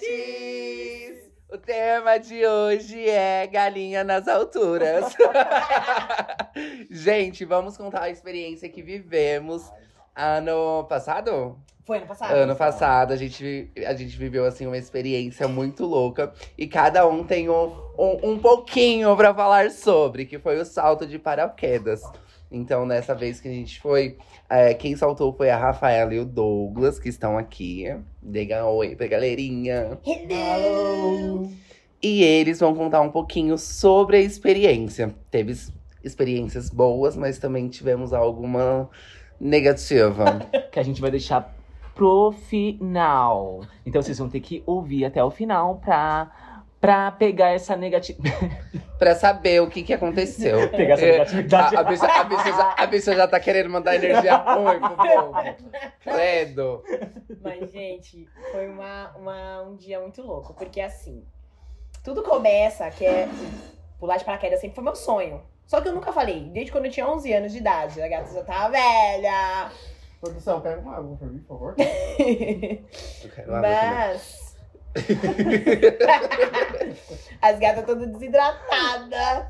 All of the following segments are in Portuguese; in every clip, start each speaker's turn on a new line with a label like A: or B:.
A: Pockets! O tema de hoje é galinha nas alturas. Gente, vamos contar a experiência que vivemos ano passado?
B: Foi ano passado.
A: Ano passado, a gente, a gente viveu, assim, uma experiência muito louca. E cada um tem um, um, um pouquinho pra falar sobre, que foi o salto de paraquedas. Então, nessa vez que a gente foi, é, quem saltou foi a Rafaela e o Douglas, que estão aqui. Diga um oi pra galerinha.
B: Hello!
A: E eles vão contar um pouquinho sobre a experiência. Teve es- experiências boas, mas também tivemos alguma negativa.
C: que a gente vai deixar pro final. Então vocês vão ter que ouvir até o final pra, pra pegar essa negativa.
A: pra saber o que, que aconteceu.
C: pegar essa
A: É,
C: negatividade.
A: A, a pessoa, a pessoa já, a pessoa já tá querendo mandar energia ruim pro povo. Credo.
B: Mas, gente, foi uma, uma- um dia muito louco. Porque, assim, tudo começa que é... Pular de paraquedas sempre foi meu sonho. Só que eu nunca falei. Desde quando eu tinha 11 anos de idade. A gata já tava velha.
A: Produção, pega uma água pra mim, por favor. Eu quero água também.
B: Mas... As gatas todas desidratadas.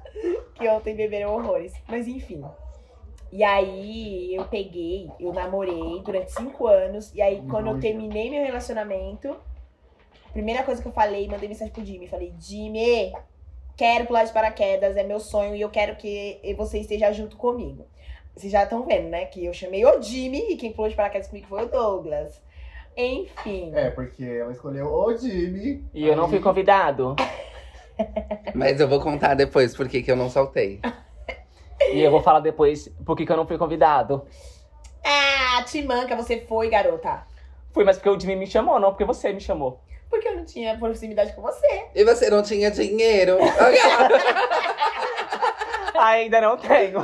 B: Que ontem beberam horrores. Mas enfim. E aí eu peguei, eu namorei durante cinco anos. E aí, quando eu terminei meu relacionamento, primeira coisa que eu falei, mandei mensagem pro Jimmy. Falei, Jimmy, quero pular de paraquedas, é meu sonho e eu quero que você esteja junto comigo. Vocês já estão vendo, né? Que eu chamei o Jimmy e quem pulou de paraquedas comigo foi o Douglas. Enfim.
D: É, porque ela escolheu o Jimmy.
C: E eu não fui convidado.
A: Mas eu vou contar depois por que que eu não saltei.
C: E eu vou falar depois por que que eu não fui convidado.
B: Ah, te manca, você foi, garota.
C: Fui, mas porque o Jimmy me chamou, não porque você me chamou.
B: Porque eu não tinha proximidade com você.
A: E você não tinha dinheiro.
C: Ainda não tenho.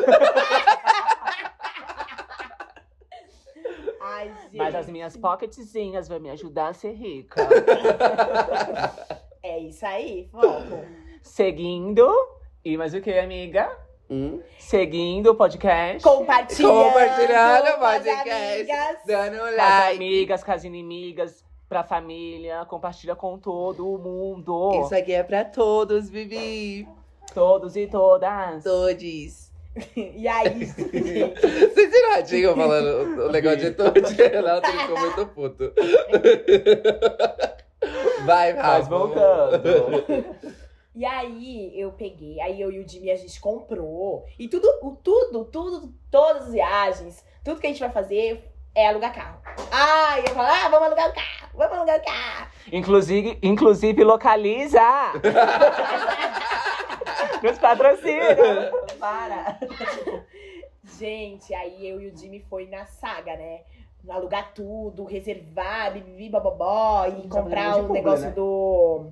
B: Ai, gente.
C: Mas as minhas pocketzinhas vão me ajudar a ser rica.
B: É isso aí, foco.
C: Seguindo. E mais o que, amiga?
A: Hum?
C: Seguindo o podcast.
B: Compartilhando.
A: Compartilhando o
B: com as
A: podcast.
B: amigas.
A: Dando um
C: Com as
A: like.
C: amigas, com as inimigas, pra família, compartilha com todo mundo.
A: Isso aqui é pra todos, Vivi.
C: Todos e todas.
A: Todes.
B: E aí, gente,
A: Vocês viram a Dinho falando o- o negócio de todes? Renato ele ficou muito puto. Vai, Rafa.
C: Mas voltando.
B: E aí eu peguei, aí eu e o Jimmy a gente comprou. E tudo, o- tudo, tudo, todas as viagens, tudo que a gente vai fazer é alugar carro. Ai, eu falo, ah, vamos alugar o carro, vamos alugar o carro.
C: inclusive, inclusive, localiza! Nos patrocina!
B: Para! Gente, aí eu e o Jimmy foi na saga, né? Alugar tudo, reservar, bibi, babobó, e comprar
C: de
B: o
C: Cuba,
B: negócio
C: né?
B: do.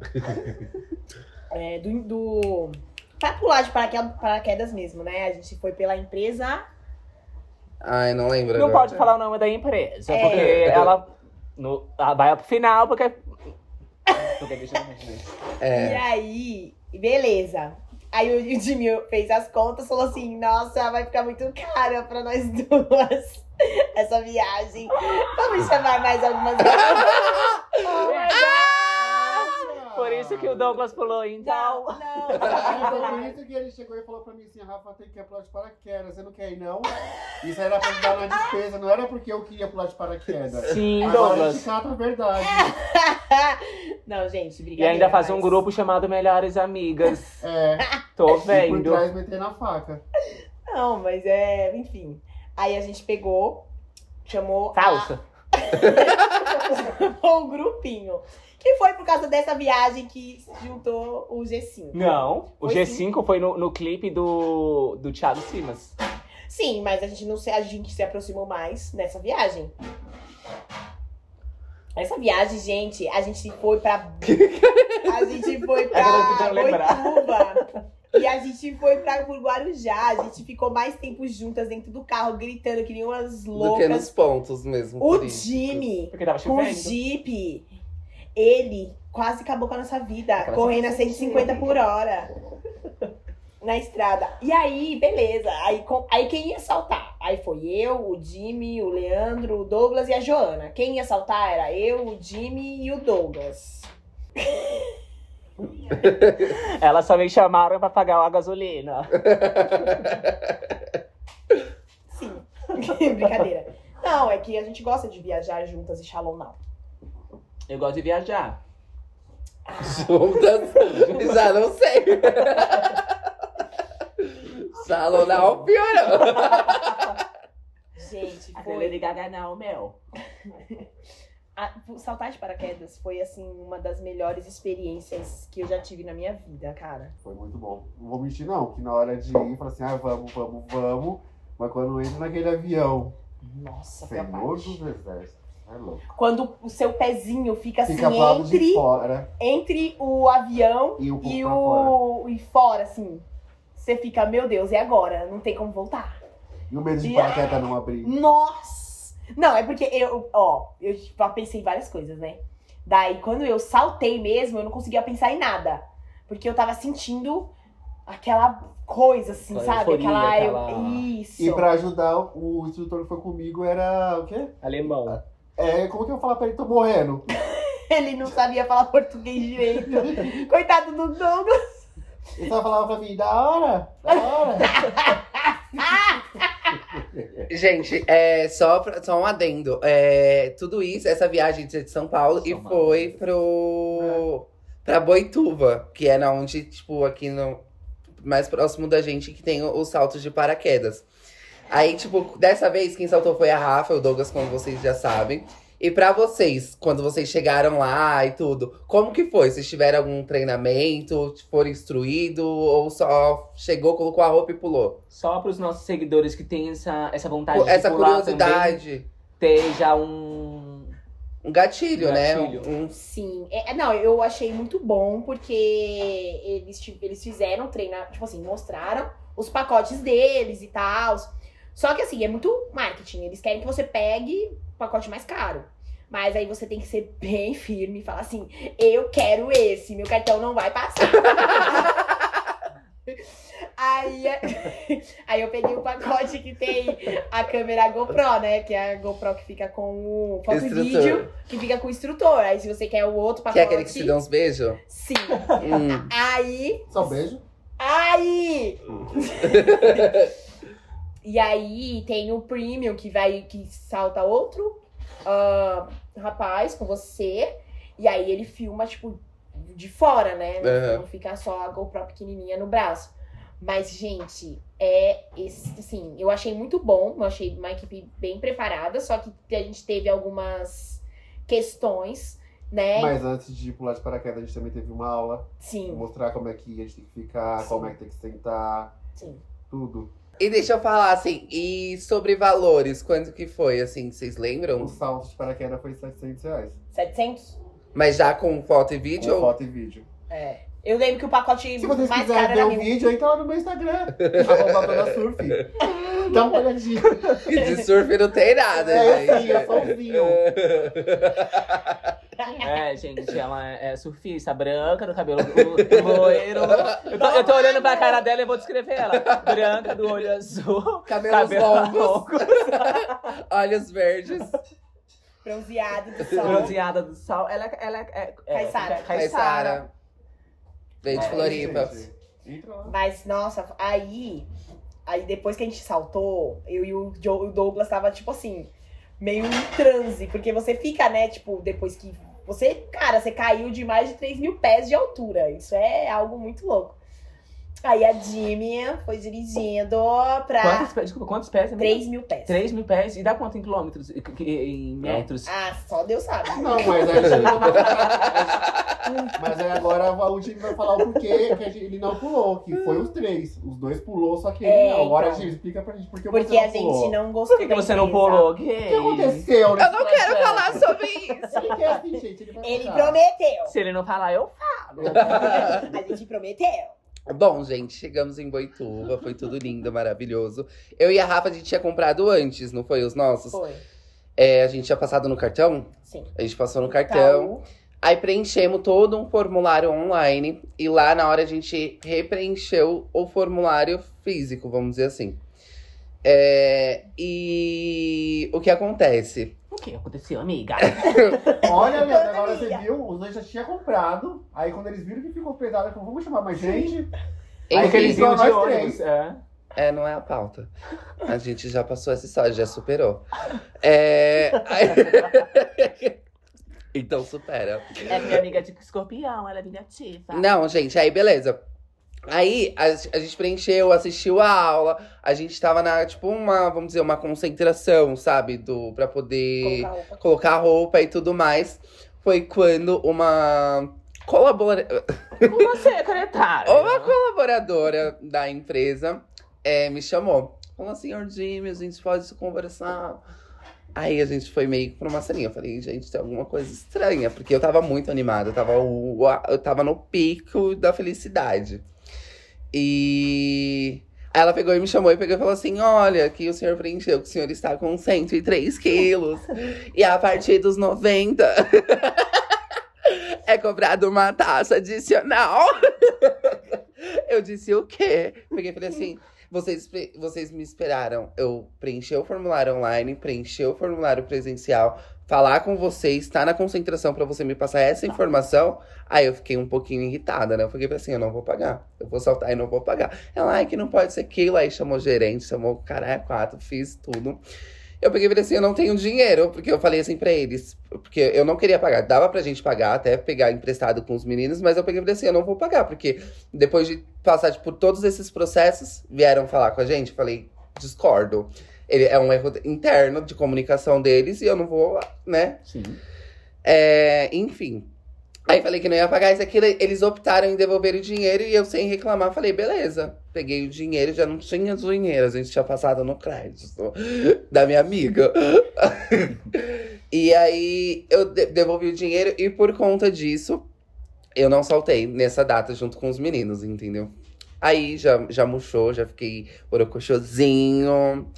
B: é, do. do. Pra pular de paraquedas, paraquedas mesmo, né? A gente foi pela empresa.
A: Ai, não lembro.
C: Não
A: agora.
C: pode falar o nome da empresa,
B: É.
C: porque ela, no, ela vai pro final, porque. Porque deixa eu ver.
B: E
A: É.
B: aí, beleza. Aí o o Jimmy fez as contas, falou assim: Nossa, vai ficar muito caro pra nós duas essa viagem. Vamos chamar mais algumas
C: Por isso que o Douglas pulou, então.
B: Tá.
D: Então, por
B: não.
D: isso que ele chegou e falou pra mim assim: Rafa, tem que ir pular de paraquedas. Você não quer ir, não? Isso era pra ajudar na despesa, não era porque eu queria pular de paraquedas.
C: Sim,
D: Agora é a gente
C: Douglas.
D: sabe a verdade.
B: não, gente,
C: E
B: obrigada.
C: ainda faz um grupo chamado Melhores Amigas.
D: É,
C: Tô
D: e por
C: vendo.
D: trás meter na faca.
B: Não, mas é, enfim. Aí a gente pegou, chamou a-
C: Falsa.
B: um grupinho. Que foi por causa dessa viagem que juntou o G5.
C: Não, o
B: Foi
C: G5 foi no, no clipe do, do Thiago Simas.
B: Sim, mas a gente não se, a gente se aproximou mais nessa viagem. Essa viagem, gente, a gente foi pra. a gente foi
C: Agora eu tô
B: pra
C: tentando lembrar.
B: Boituva. E a gente foi pra por Guarujá. A gente ficou mais tempo juntas dentro do carro, gritando que nem umas
A: Do que nos
B: loucas.
A: pontos mesmo.
B: O
A: turísticos.
B: Jimmy,
C: Porque tava
B: com o
C: chovendo.
B: Jeep, ele quase acabou com a nossa vida,
C: Aquela
B: correndo a 150 por hora na estrada. E aí, beleza. Aí, com- aí quem ia saltar? Aí foi eu, o Jimmy, o Leandro, o Douglas e a Joana. Quem ia saltar era eu, o Jimmy e o Douglas.
C: Elas só me chamaram pra pagar a gasolina.
B: Sim. Brincadeira. Não, é que a gente gosta de viajar juntas e Shalom não.
C: Eu gosto de viajar.
A: Juntas? Já não sei. Salonal piorou.
B: Gente,
C: Aquele
B: foi.
C: Lady Gaga não, meu.
B: A- saltar de paraquedas foi, assim, uma das melhores experiências que eu já tive na minha vida, cara.
D: Foi muito bom. Não vou mentir, não, que na hora de ir, fala assim, ah, vamos, vamos, vamos. Mas quando entra naquele avião,
B: Nossa, foi a
D: Senhor
B: parte.
D: dos Exércitos, é louco.
B: Quando o seu pezinho fica assim
D: Fica pro lado de
B: entre,
D: fora
B: entre o avião
D: e o povo
B: e
D: pra fora.
B: o. e fora, assim. Você fica, meu Deus, e agora? Não tem como voltar.
D: E o medo de
B: E-
D: paraquedas tá não abrir.
B: Nossa! Não, é porque eu, ó, eu já pensei em várias coisas, né? Daí, quando eu saltei mesmo, eu não conseguia pensar em nada. Porque eu tava sentindo aquela coisa, assim,
C: Aquela
B: sabe?
C: euforia,
B: aquela, eu-
C: aquela-
B: Isso.
D: E pra ajudar, o instrutor que foi comigo era o quê?
C: Alemão.
D: É, como que eu vou falar pra ele? Tô morrendo.
B: Ele não sabia falar português direito. Coitado do Douglas.
D: Ele só falava pra mim, da hora, da hora.
A: Gente, é, só, pra- só um adendo. É, tudo isso, essa viagem de São Paulo e
C: São Paulo.
A: foi pro. pra Boituva, que era onde, tipo, aqui no. mais próximo da gente que tem o- os saltos de paraquedas. Aí, tipo, dessa vez quem saltou foi a Rafa, o Douglas, como vocês já sabem. E pra vocês, quando vocês chegaram lá e tudo, como que foi? Vocês tiveram algum treinamento, foram instruídos ou só chegou, colocou a roupa e pulou?
C: Só pros nossos seguidores que têm essa, essa vontade
A: Essa
C: de pular também,
A: curiosidade.
C: ter já um...
A: Um gatilho, né?
C: Gatilho.
A: Um, um-
B: Sim. É, não, eu achei muito bom, porque eles, ti- eles fizeram treinar, tipo assim, mostraram os pacotes deles e tal. Só que assim, é muito marketing. Eles querem que você pegue o pacote mais caro. Mas aí você tem que ser bem firme e falar assim: eu quero esse, meu cartão não vai passar. aí, aí eu peguei o pacote que tem a câmera GoPro, né? Que é a GoPro que fica com o foto e
A: Instrutor.
B: vídeo, que fica com o instrutor. Aí se você quer o outro
A: que
B: pacote.
A: é aquele que te dá uns beijos?
B: Sim.
A: Hum.
B: Aí
D: Só um beijo.
B: Aí! e aí tem o premium que vai que salta outro ah, rapaz com você. E aí ele filma, tipo, de fora, né? Não-
A: Aham.
B: Não fica só a GoPro pequenininha no braço. Mas, gente, é esse, assim, eu achei muito bom, eu achei uma equipe bem preparada, só que a gente teve algumas questões, né?
D: Mas antes de pular de paraquedas, a gente também teve uma aula.
B: Sim,
D: Mostrar como é que a gente tem que ficar,
B: Sim.
D: como é que tem que sentar,
B: sim.
D: tudo.
A: E deixa eu falar, assim, e sobre valores, quanto que foi, assim, vocês
D: O
A: lembram?
D: salto de paraquedas foi 700 reais.
B: 700?
A: Mas já com foto e vídeo?
D: Com foto e vídeo.
B: É. Eu lembro que o pacote
D: Se vocês
B: mais
D: quiserem
B: caro
D: ver
B: era
D: o
B: mil.
D: vídeo, entra lá no meu Instagram. Arroba Dona Surf. Dá uma olhadinha.
A: De surf não tem nada,
B: né?
D: É,
A: gente.
D: sim, é sozinho.
C: É, gente, ela é surfista, branca, do cabelo ru- loiro. Eu tô, eu tô olhando pra cara dela e vou descrever ela. Branca, do olho azul,
A: Cabelos
C: cabelo
A: longos,
C: longo,
A: olhos verdes.
B: Bronzeado do sol.
C: bronzeada do sol. Ela, ela é... é
B: Caissara.
A: Aí,
C: Caissara.
A: Sara. Gente,
B: É,
A: Floripa.
D: Gente, Entra lá.
B: Mas, nossa, aí. Aí depois que a gente saltou, eu e o, Jo- o Douglas tava, tipo assim, meio em transe. Porque você fica, né, tipo, depois que. Você, cara, você caiu de mais de 3 mil pés de altura. Isso é algo muito louco. Aí a Jimmy foi dirigindo pra
C: Quantos pés? Desculpa, quantos pés? amiga?
B: 3 mil pés.
C: 3 mil pés? E dá quanto em quilômetros? E- que- Em metros?
B: Ah, só Deus sabe.
D: Não, mas aí a gente não vai falar. Mas aí agora o Jimmy vai falar o porquê que a gente- ele não pulou, que foi os três. Os dois pulou, só que ele
B: É,
D: não. Agora,
B: então.
D: Jimmy, explica pra gente por que
B: Porque
D: você não
B: a gente
D: pulou.
B: não gostou.
C: Por que, que
B: da
C: você não
B: empresa.
C: pulou,
D: O
C: gay?
D: que aconteceu, né?
A: Eu não quero falar sobre isso.
D: Porque é assim, gente, ele vai
B: Ele
C: Tá.
D: contar.
B: prometeu.
C: Se ele não falar, eu falo.
B: A gente prometeu.
A: Bom, gente, chegamos em Boituva, foi tudo lindo, maravilhoso. Eu e a Rafa, a gente tinha comprado antes, não foi os nossos?
B: Foi.
A: É, a gente tinha passado no cartão?
B: Sim.
A: A gente passou no cartão. Aí preenchemos todo um formulário online e lá na hora a gente repreencheu o formulário físico, vamos dizer assim. É, e o que acontece?
C: O que aconteceu, amiga?
D: Olha,
B: Quanta
D: minha, agora você
B: amiga.
D: viu, os dois já tinham comprado. Aí quando eles viram que ficou pesado, eles falaram, vamos chamar mais gente. Aí que eles
A: Enfim,
D: iam-
C: Aquelezinho de
D: nós
C: ônibus. É.
A: é, não é a pauta. A gente já passou essa história, já superou. É, aí- então supera.
C: É minha amiga de escorpião, ela é vingativa.
A: Não, gente, aí beleza. Aí a, a gente preencheu, assistiu a aula, a gente tava na, tipo, uma, vamos dizer, uma concentração, sabe? Do, pra poder
B: Colocar roupa.
A: colocar roupa e tudo mais. Foi quando uma colabora...
C: Com você, secretária.
A: Uma colaboradora da empresa eh, me chamou. Falou, senhor Jimmy, a gente pode conversar. Aí a gente foi meio que pra uma salinha. Eu falei, gente, tem alguma coisa estranha. Porque eu tava muito animada. Eu tava, ua- eu tava no pico da felicidade. E... Aí ela pegou e me chamou e pegou e falou assim: Olha, que o senhor preencheu que o senhor está com 103 quilos. e a partir dos 90 é cobrado uma taxa adicional. Eu disse o quê? Peguei e falei assim: vocês, pre- vocês me esperaram. Eu preencher o formulário online, preencher o formulário presencial, falar com vocês, tá na concentração pra você me passar essa informação. Aí eu fiquei um pouquinho irritada, né? Eu fiquei assim: eu não vou pagar. Eu vou saltar e não vou pagar. Ela, ai, que não pode ser aquilo. Aí chamou o gerente, chamou o caralho, a quatro, fiz tudo. Eu peguei e falei assim, eu não tenho dinheiro, porque eu falei assim pra eles, porque eu não queria pagar, dava pra gente pagar, até pegar emprestado com os meninos, mas eu peguei e falei assim, eu não vou pagar, porque depois de passar por todos esses processos, vieram falar com a gente. Falei, discordo. Ele é um erro interno de comunicação deles e eu não vou, né?
C: Sim.
A: É, enfim. Aí falei que não ia pagar isso aqui, eles optaram em devolver o dinheiro e eu, sem reclamar, falei, beleza. Peguei o dinheiro, já não tinha dinheiro, a gente tinha passado no crédito da minha amiga. e aí eu de- devolvi o dinheiro e por conta disso, eu não saltei nessa data junto com os meninos, entendeu? Aí já, já murchou, já fiquei orocochosinho.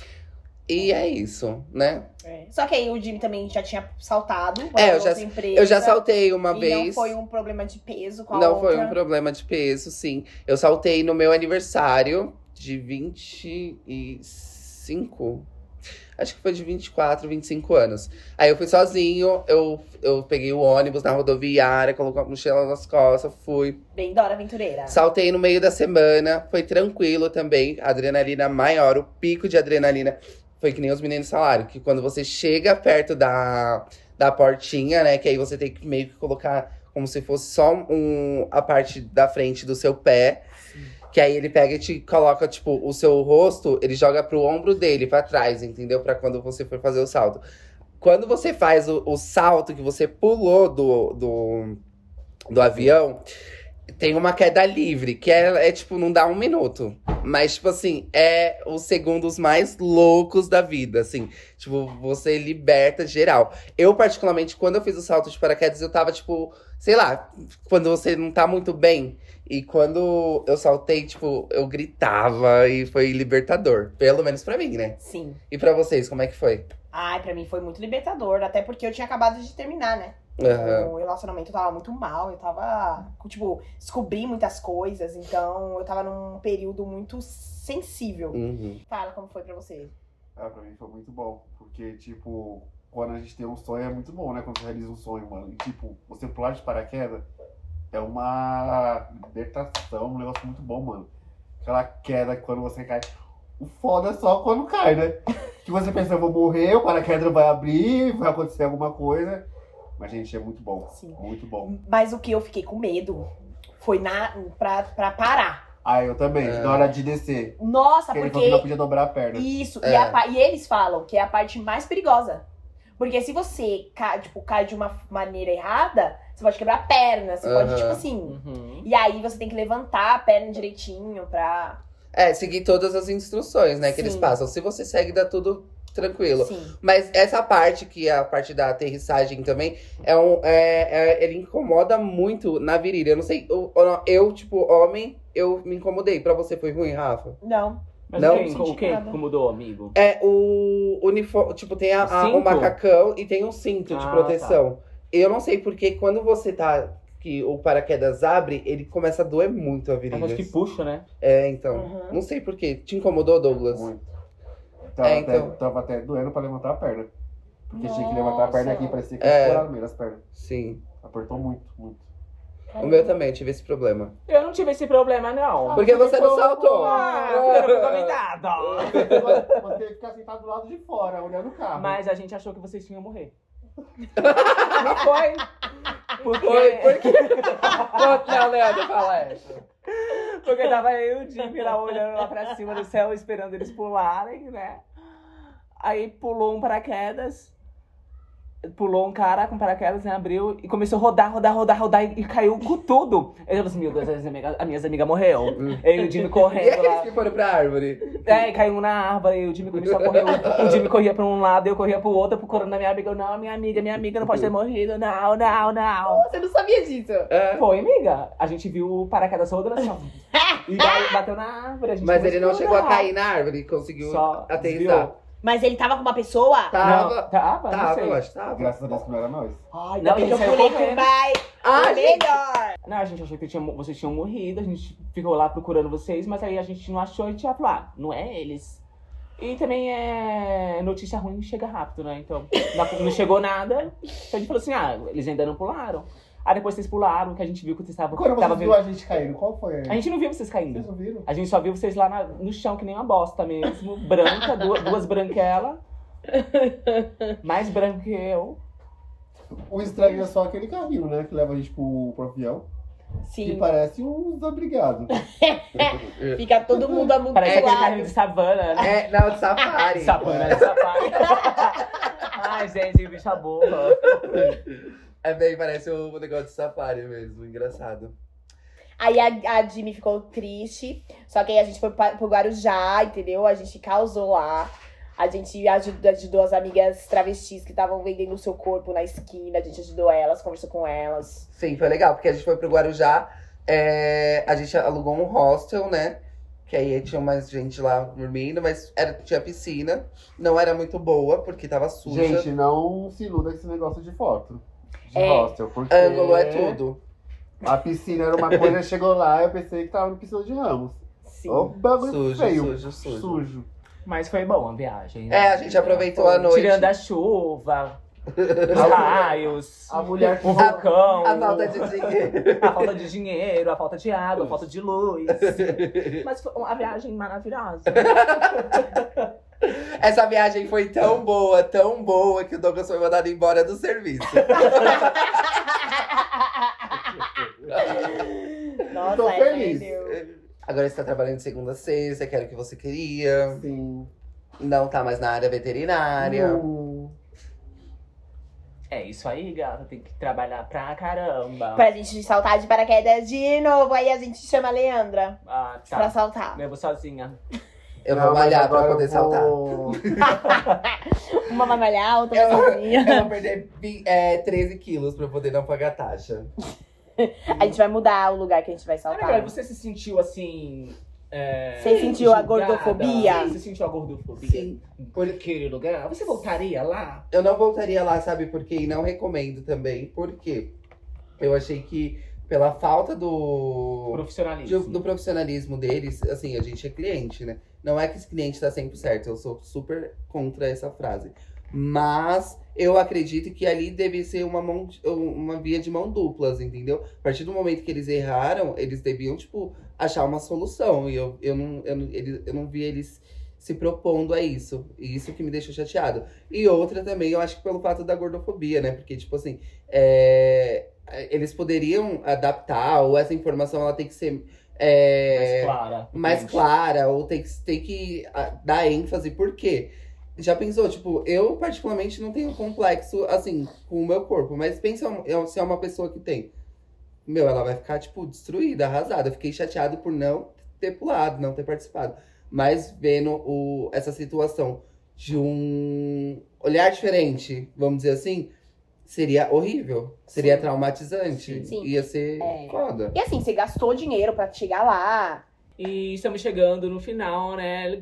A: E é isso, né?
B: É. Só que aí o Jimmy também já tinha saltado. com
A: É,
B: a
A: eu já-
B: outra empresa,
A: Eu já saltei uma
B: e
A: vez.
B: Não foi um problema de peso com a
A: Não
B: outra.
A: foi um problema de peso, sim. Eu saltei no meu aniversário de 25. Acho que foi de 24, 25 anos. Aí eu fui sozinho, eu, eu peguei o ônibus na rodoviária, coloquei a mochila nas costas, fui.
B: Bem, Dora Aventureira.
A: Saltei no meio da semana, foi tranquilo também. A adrenalina maior, o pico de adrenalina. Foi que nem os meninos falaram, que quando você chega perto da, da portinha, né? Que aí você tem que meio que colocar como se fosse só um, a parte da frente do seu pé. Que aí ele pega e te coloca, tipo, o seu rosto, ele joga pro ombro dele, pra trás, entendeu? Pra quando você for fazer o salto. Quando você faz o, o salto que você pulou do, do, do avião, tem uma queda livre, que é, é tipo, não dá um minuto. Mas, tipo assim, é os segundos mais loucos da vida, assim. Tipo, você liberta geral. Eu, particularmente, quando eu fiz o salto de paraquedas, eu tava, tipo, sei lá, quando você não tá muito bem. E quando eu saltei, tipo, eu gritava e foi libertador. Pelo menos pra mim, né?
B: Sim.
A: E pra vocês, como é que foi?
B: Ai, pra mim foi muito libertador, até porque eu tinha acabado de terminar, né?
A: Aham.
B: O relacionamento tava muito mal, eu tava, tipo, descobri muitas coisas, então eu tava num período muito sensível.
A: Uhum.
B: Fala como foi pra você.
D: Ah, pra mim foi muito bom. Porque, tipo, quando a gente tem um sonho é muito bom, né? Quando você realiza um sonho, mano. E, tipo, você pular de paraquedas é uma libertação, um negócio muito bom, mano. Aquela queda que quando você cai. O foda é só quando cai, né? Que você pensa, eu vou morrer, o paraquedas vai abrir, vai acontecer alguma coisa. Mas, gente, é muito bom.
B: Sim.
D: Muito bom.
B: Mas o que eu fiquei com medo foi na, pra, pra parar.
D: Ah, eu também.
A: É.
D: Na hora de descer.
B: Nossa,
D: Porque ele falou que não
B: porque.
D: podia dobrar a perna.
B: Isso,
A: É.
B: e, a pa- e eles falam que é a parte mais perigosa. Porque se você cai, tipo, cai de uma maneira errada, você pode quebrar a perna, você pode,
A: Aham.
B: tipo assim.
C: Uhum.
B: E aí você tem que levantar a perna direitinho pra.
A: É, seguir todas as instruções, né, que eles
B: Sim.
A: passam. Se você segue, dá tudo tranquilo.
B: Sim.
A: Mas essa parte, que é a parte da aterrissagem também, é um, é, é- ele incomoda muito na virilha. Eu não sei, eu, eu, tipo, homem, eu me incomodei. Pra você foi ruim, Rafa?
B: Não.
C: Mas
A: Não.
C: o que, o que
B: Nada.
C: mudou, amigo?
A: É o uniforme, tipo, tem a, a- o
C: Cinto?
A: macacão e tem um cinto de
C: Ah,
A: proteção. Eu não sei porque quando você tá, que o paraquedas abre, ele começa a doer muito a
C: Mas
A: virilha.
C: acho que puxa, né?
A: É, então.
B: Uhum.
A: Não sei porquê. Te incomodou, Douglas?
D: Muito. Tava,
A: É, então.
D: até, tava até doendo pra levantar a perna. Porque tinha que
B: Nossa.
D: levantar a perna aqui, parecia que ia
A: É.
D: estourar no meio das pernas.
A: Sim.
D: Apertou muito, muito.
A: O
B: tá-
A: meu também, tive esse problema.
C: Eu não tive esse problema, não.
A: Porque você não saltou.
C: Ah, eu não fui convidada.
D: Você ficar sentado do lado de fora, olhando o carro.
C: Mas a gente achou que vocês tinham morrer. Não foi. Porque,
A: Foi, por quê? Conta, né, Leandro, fala essa.
C: porque tava eu e o Jimmy lá olhando lá pra cima do céu, esperando eles pularem, né? Aí pulou um paraquedas. Pulou um cara com paraquedas, né? Abriu e começou a rodar, rodar, rodar, rodar e, e caiu com tudo. Eu falei assim, meu Deus, as amigas, as minhas amigas morreu.
A: Hum.
C: Eu e o Jimmy
A: E
C: correndo
A: aqueles
C: É, lá.
A: que foram pra árvore?
C: É, e caiu um na árvore, e o Jimmy começou a correr. O, o Jimmy corria pra um lado, eu corria pro outro, procurando a minha amiga. Eu, não, minha amiga, minha amiga não pode ter morrido, não, não, não.
B: Você não sabia disso.
A: É.
C: Foi, amiga. A gente viu o paraquedas rodando assim, ó. E daí bateu na árvore. A gente
A: Mas ele não
C: começou
A: chegou a
C: rodar.
A: cair na árvore, conseguiu
C: Tipo, Só
A: aterrissar.
C: desviou.
B: Mas ele tava com uma pessoa?
A: Tava,
C: Não, tava, não
A: tava,
C: sei.
A: eu acho, tava.
D: Graças a Deus que não era nós.
C: Ai, não,
B: Não, porque
C: ele
B: eu
C: saiu
B: pulei com o
C: correndo.
B: pai.
A: Ah,
B: Foi
A: gente!
B: melhor.
C: Não, Né, a gente achou que tinha, mo- vocês tinham morrido, a gente ficou lá procurando vocês, mas aí a gente não achou e tinha falado, ah, não é eles. E também é notícia ruim chega rápido, né? Então, na- não chegou nada. Então a gente falou assim, ah, eles ainda não pularam. Aí depois vocês pularam, que a gente viu que vocês estavam.
D: Quando
C: tava
D: vocês viu
C: vendo-
D: a gente caindo, qual foi?
C: A gente não viu vocês caindo.
D: Vocês não viram?
C: A gente só viu vocês lá na- no chão, que nem uma bosta mesmo. Branca, duas, duas branquelas. Mais branca que eu.
D: O estranho é só aquele carrinho, né? Que leva a gente pro, pro avião. Que
B: Sim.
D: parece um desabrigado.
B: Fica todo mundo
C: Parece aquele
B: amontoado.
C: carrinho de savana, né?
A: É, não, de safari.
C: Savana, de safari. Ai, gente, bicha boa.
A: É bem, parece um negócio de safari mesmo, engraçado.
B: Aí a, a Jimmy ficou triste. Só que aí a gente foi pa- pro Guarujá, entendeu? A gente causou lá. A gente ajudou, ajudou as amigas travestis que estavam vendendo o seu corpo na esquina. A gente ajudou elas, conversou com elas.
A: Sim, foi legal, porque a gente foi pro Guarujá, é, a gente alugou um hostel, né? Que aí tinha mais gente lá dormindo, mas era, tinha piscina. Não era muito boa, porque tava suja.
D: gente, não se iluda com esse negócio de foto. De
B: É.
D: hostel, porque.
A: Ângulo é tudo.
D: A piscina era uma coisa, chegou lá, eu pensei que tava no piscina de Ramos.
B: Sim.
D: Ô, bagulho
A: Sujo,
D: feio.
A: sujo, sujo,
D: Sujo.
C: Mas foi bom a viagem. né?
A: É, a gente aproveitou a noite.
C: Tirando a chuva, os raios,
D: A mulher que
C: o vulcão,
A: A falta de dinheiro.
C: a falta de dinheiro, a falta de água, a falta de luz. Mas foi uma viagem maravilhosa.
A: Essa viagem foi tão boa, tão boa, que o Douglas foi mandado embora do serviço.
B: Nossa, é
D: Tô
B: essa
D: feliz.
B: rendeu.
A: Agora você tá trabalhando de segunda a sexta, que era o que você queria.
D: Sim.
A: Não tá mais na área veterinária.
D: Hum.
C: É isso aí, gata. Tem que trabalhar pra caramba.
B: Pra gente saltar de paraquedas de novo. Aí a gente chama a Leandra
C: Ah,
B: pra
C: tá.
B: saltar.
C: Eu vou sozinha.
A: Eu
D: Não,
A: vou
D: mas
A: malhar pra
D: agora
A: poder
D: eu
A: saltar.
D: vou-
B: Uma vai malhar, outra vai sozinha.
A: Eu vou perder vi- é, 13 quilos pra poder não pagar taxa.
B: A gente vai mudar o lugar que a gente vai
A: Tá
C: Sabe,
B: saltar.
C: você se sentiu assim. é,
B: Você sentiu a
C: julgada?
B: gordofobia?
C: Você sentiu a gordofobia?
A: Sim.
C: Por aquele lugar? Você voltaria lá?
A: Eu não voltaria lá, sabe por quê? E não recomendo também, porque eu achei que pela falta do.
C: Profissionalismo.
A: de- um, do profissionalismo deles, assim, a gente é cliente, né? Não é que esse cliente tá sempre certo, eu sou super contra essa frase. Mas eu acredito que ali deve ser uma, mão, de- uma via de mão duplas, entendeu? A partir do momento que eles erraram, eles deviam, tipo, achar uma solução. E eu, eu, não, eu, não, ele- eu não vi eles se propondo a isso. E isso que me deixou chateado. E outra também, eu acho que pelo fato da gordofobia, né? Porque, tipo assim, é, eles poderiam adaptar, ou essa informação ela tem que ser.
C: Mais
A: É,
C: clara.
A: mais clara, ou tem que, tem que ah, dar ênfase, por quê? Já pensou, tipo, eu particularmente não tenho complexo, assim, com o meu corpo, mas pensa um- eu- se é uma pessoa que tem. Meu, ela vai ficar, tipo, destruída, arrasada. Eu fiquei chateado por não ter pulado, não ter participado. Mas vendo o, essa situação de um olhar diferente, vamos dizer assim, seria horrível. Seria
C: Sim.
A: traumatizante.
C: Sim.
B: Sim.
A: Ia ser
B: É.
A: foda.
B: E assim, você gastou dinheiro pra chegar lá.
C: E estamos chegando no final, né?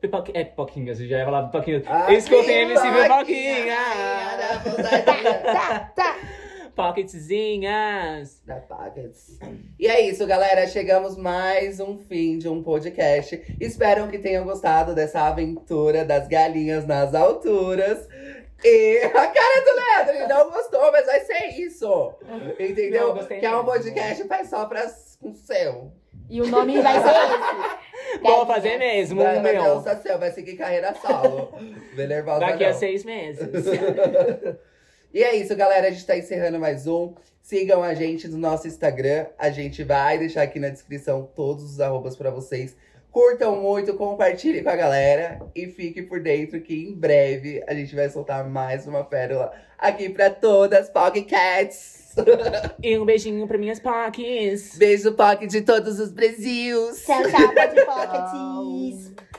C: Pipoca... É, pipoquinhas, eu já ia falar pipoquinhas.
A: Ah,
C: Escutem, MC
A: pipoquinha!
C: Pipoquinha!
A: Ai, era vontade.
B: Tá, tá.
C: Pocketzinhas.
A: Da Pagas. E é isso, galera. Chegamos mais um fim de um podcast. Espero que tenham gostado dessa aventura das galinhas nas alturas. E a cara do Leandro, ele não gostou, mas vai ser isso.
C: Não,
A: Entendeu?
C: eu gostei
A: que é um
C: mesmo. né?
A: podcast faz só pra com seu.
B: E o nome vai ser esse.
C: Vou fazer mesmo,
A: Vai,
C: o
A: vai dar
C: meu.
A: um seu, vai seguir carreira solo. Venerval
C: Daqui a
A: não.
C: seis meses.
A: E é isso, galera. A gente tá encerrando mais um. Sigam a gente no nosso Instagram. A gente vai deixar aqui na descrição todos os arrobas pra vocês. Curtam muito, compartilhem com a galera e fique por dentro que em breve a gente vai soltar mais uma pérola aqui pra todas, Pog Cats.
C: E um beijinho pra minhas pockets.
A: Beijo, Pog, de todos os Brasils.
B: Tchau, tchau, pode pockets.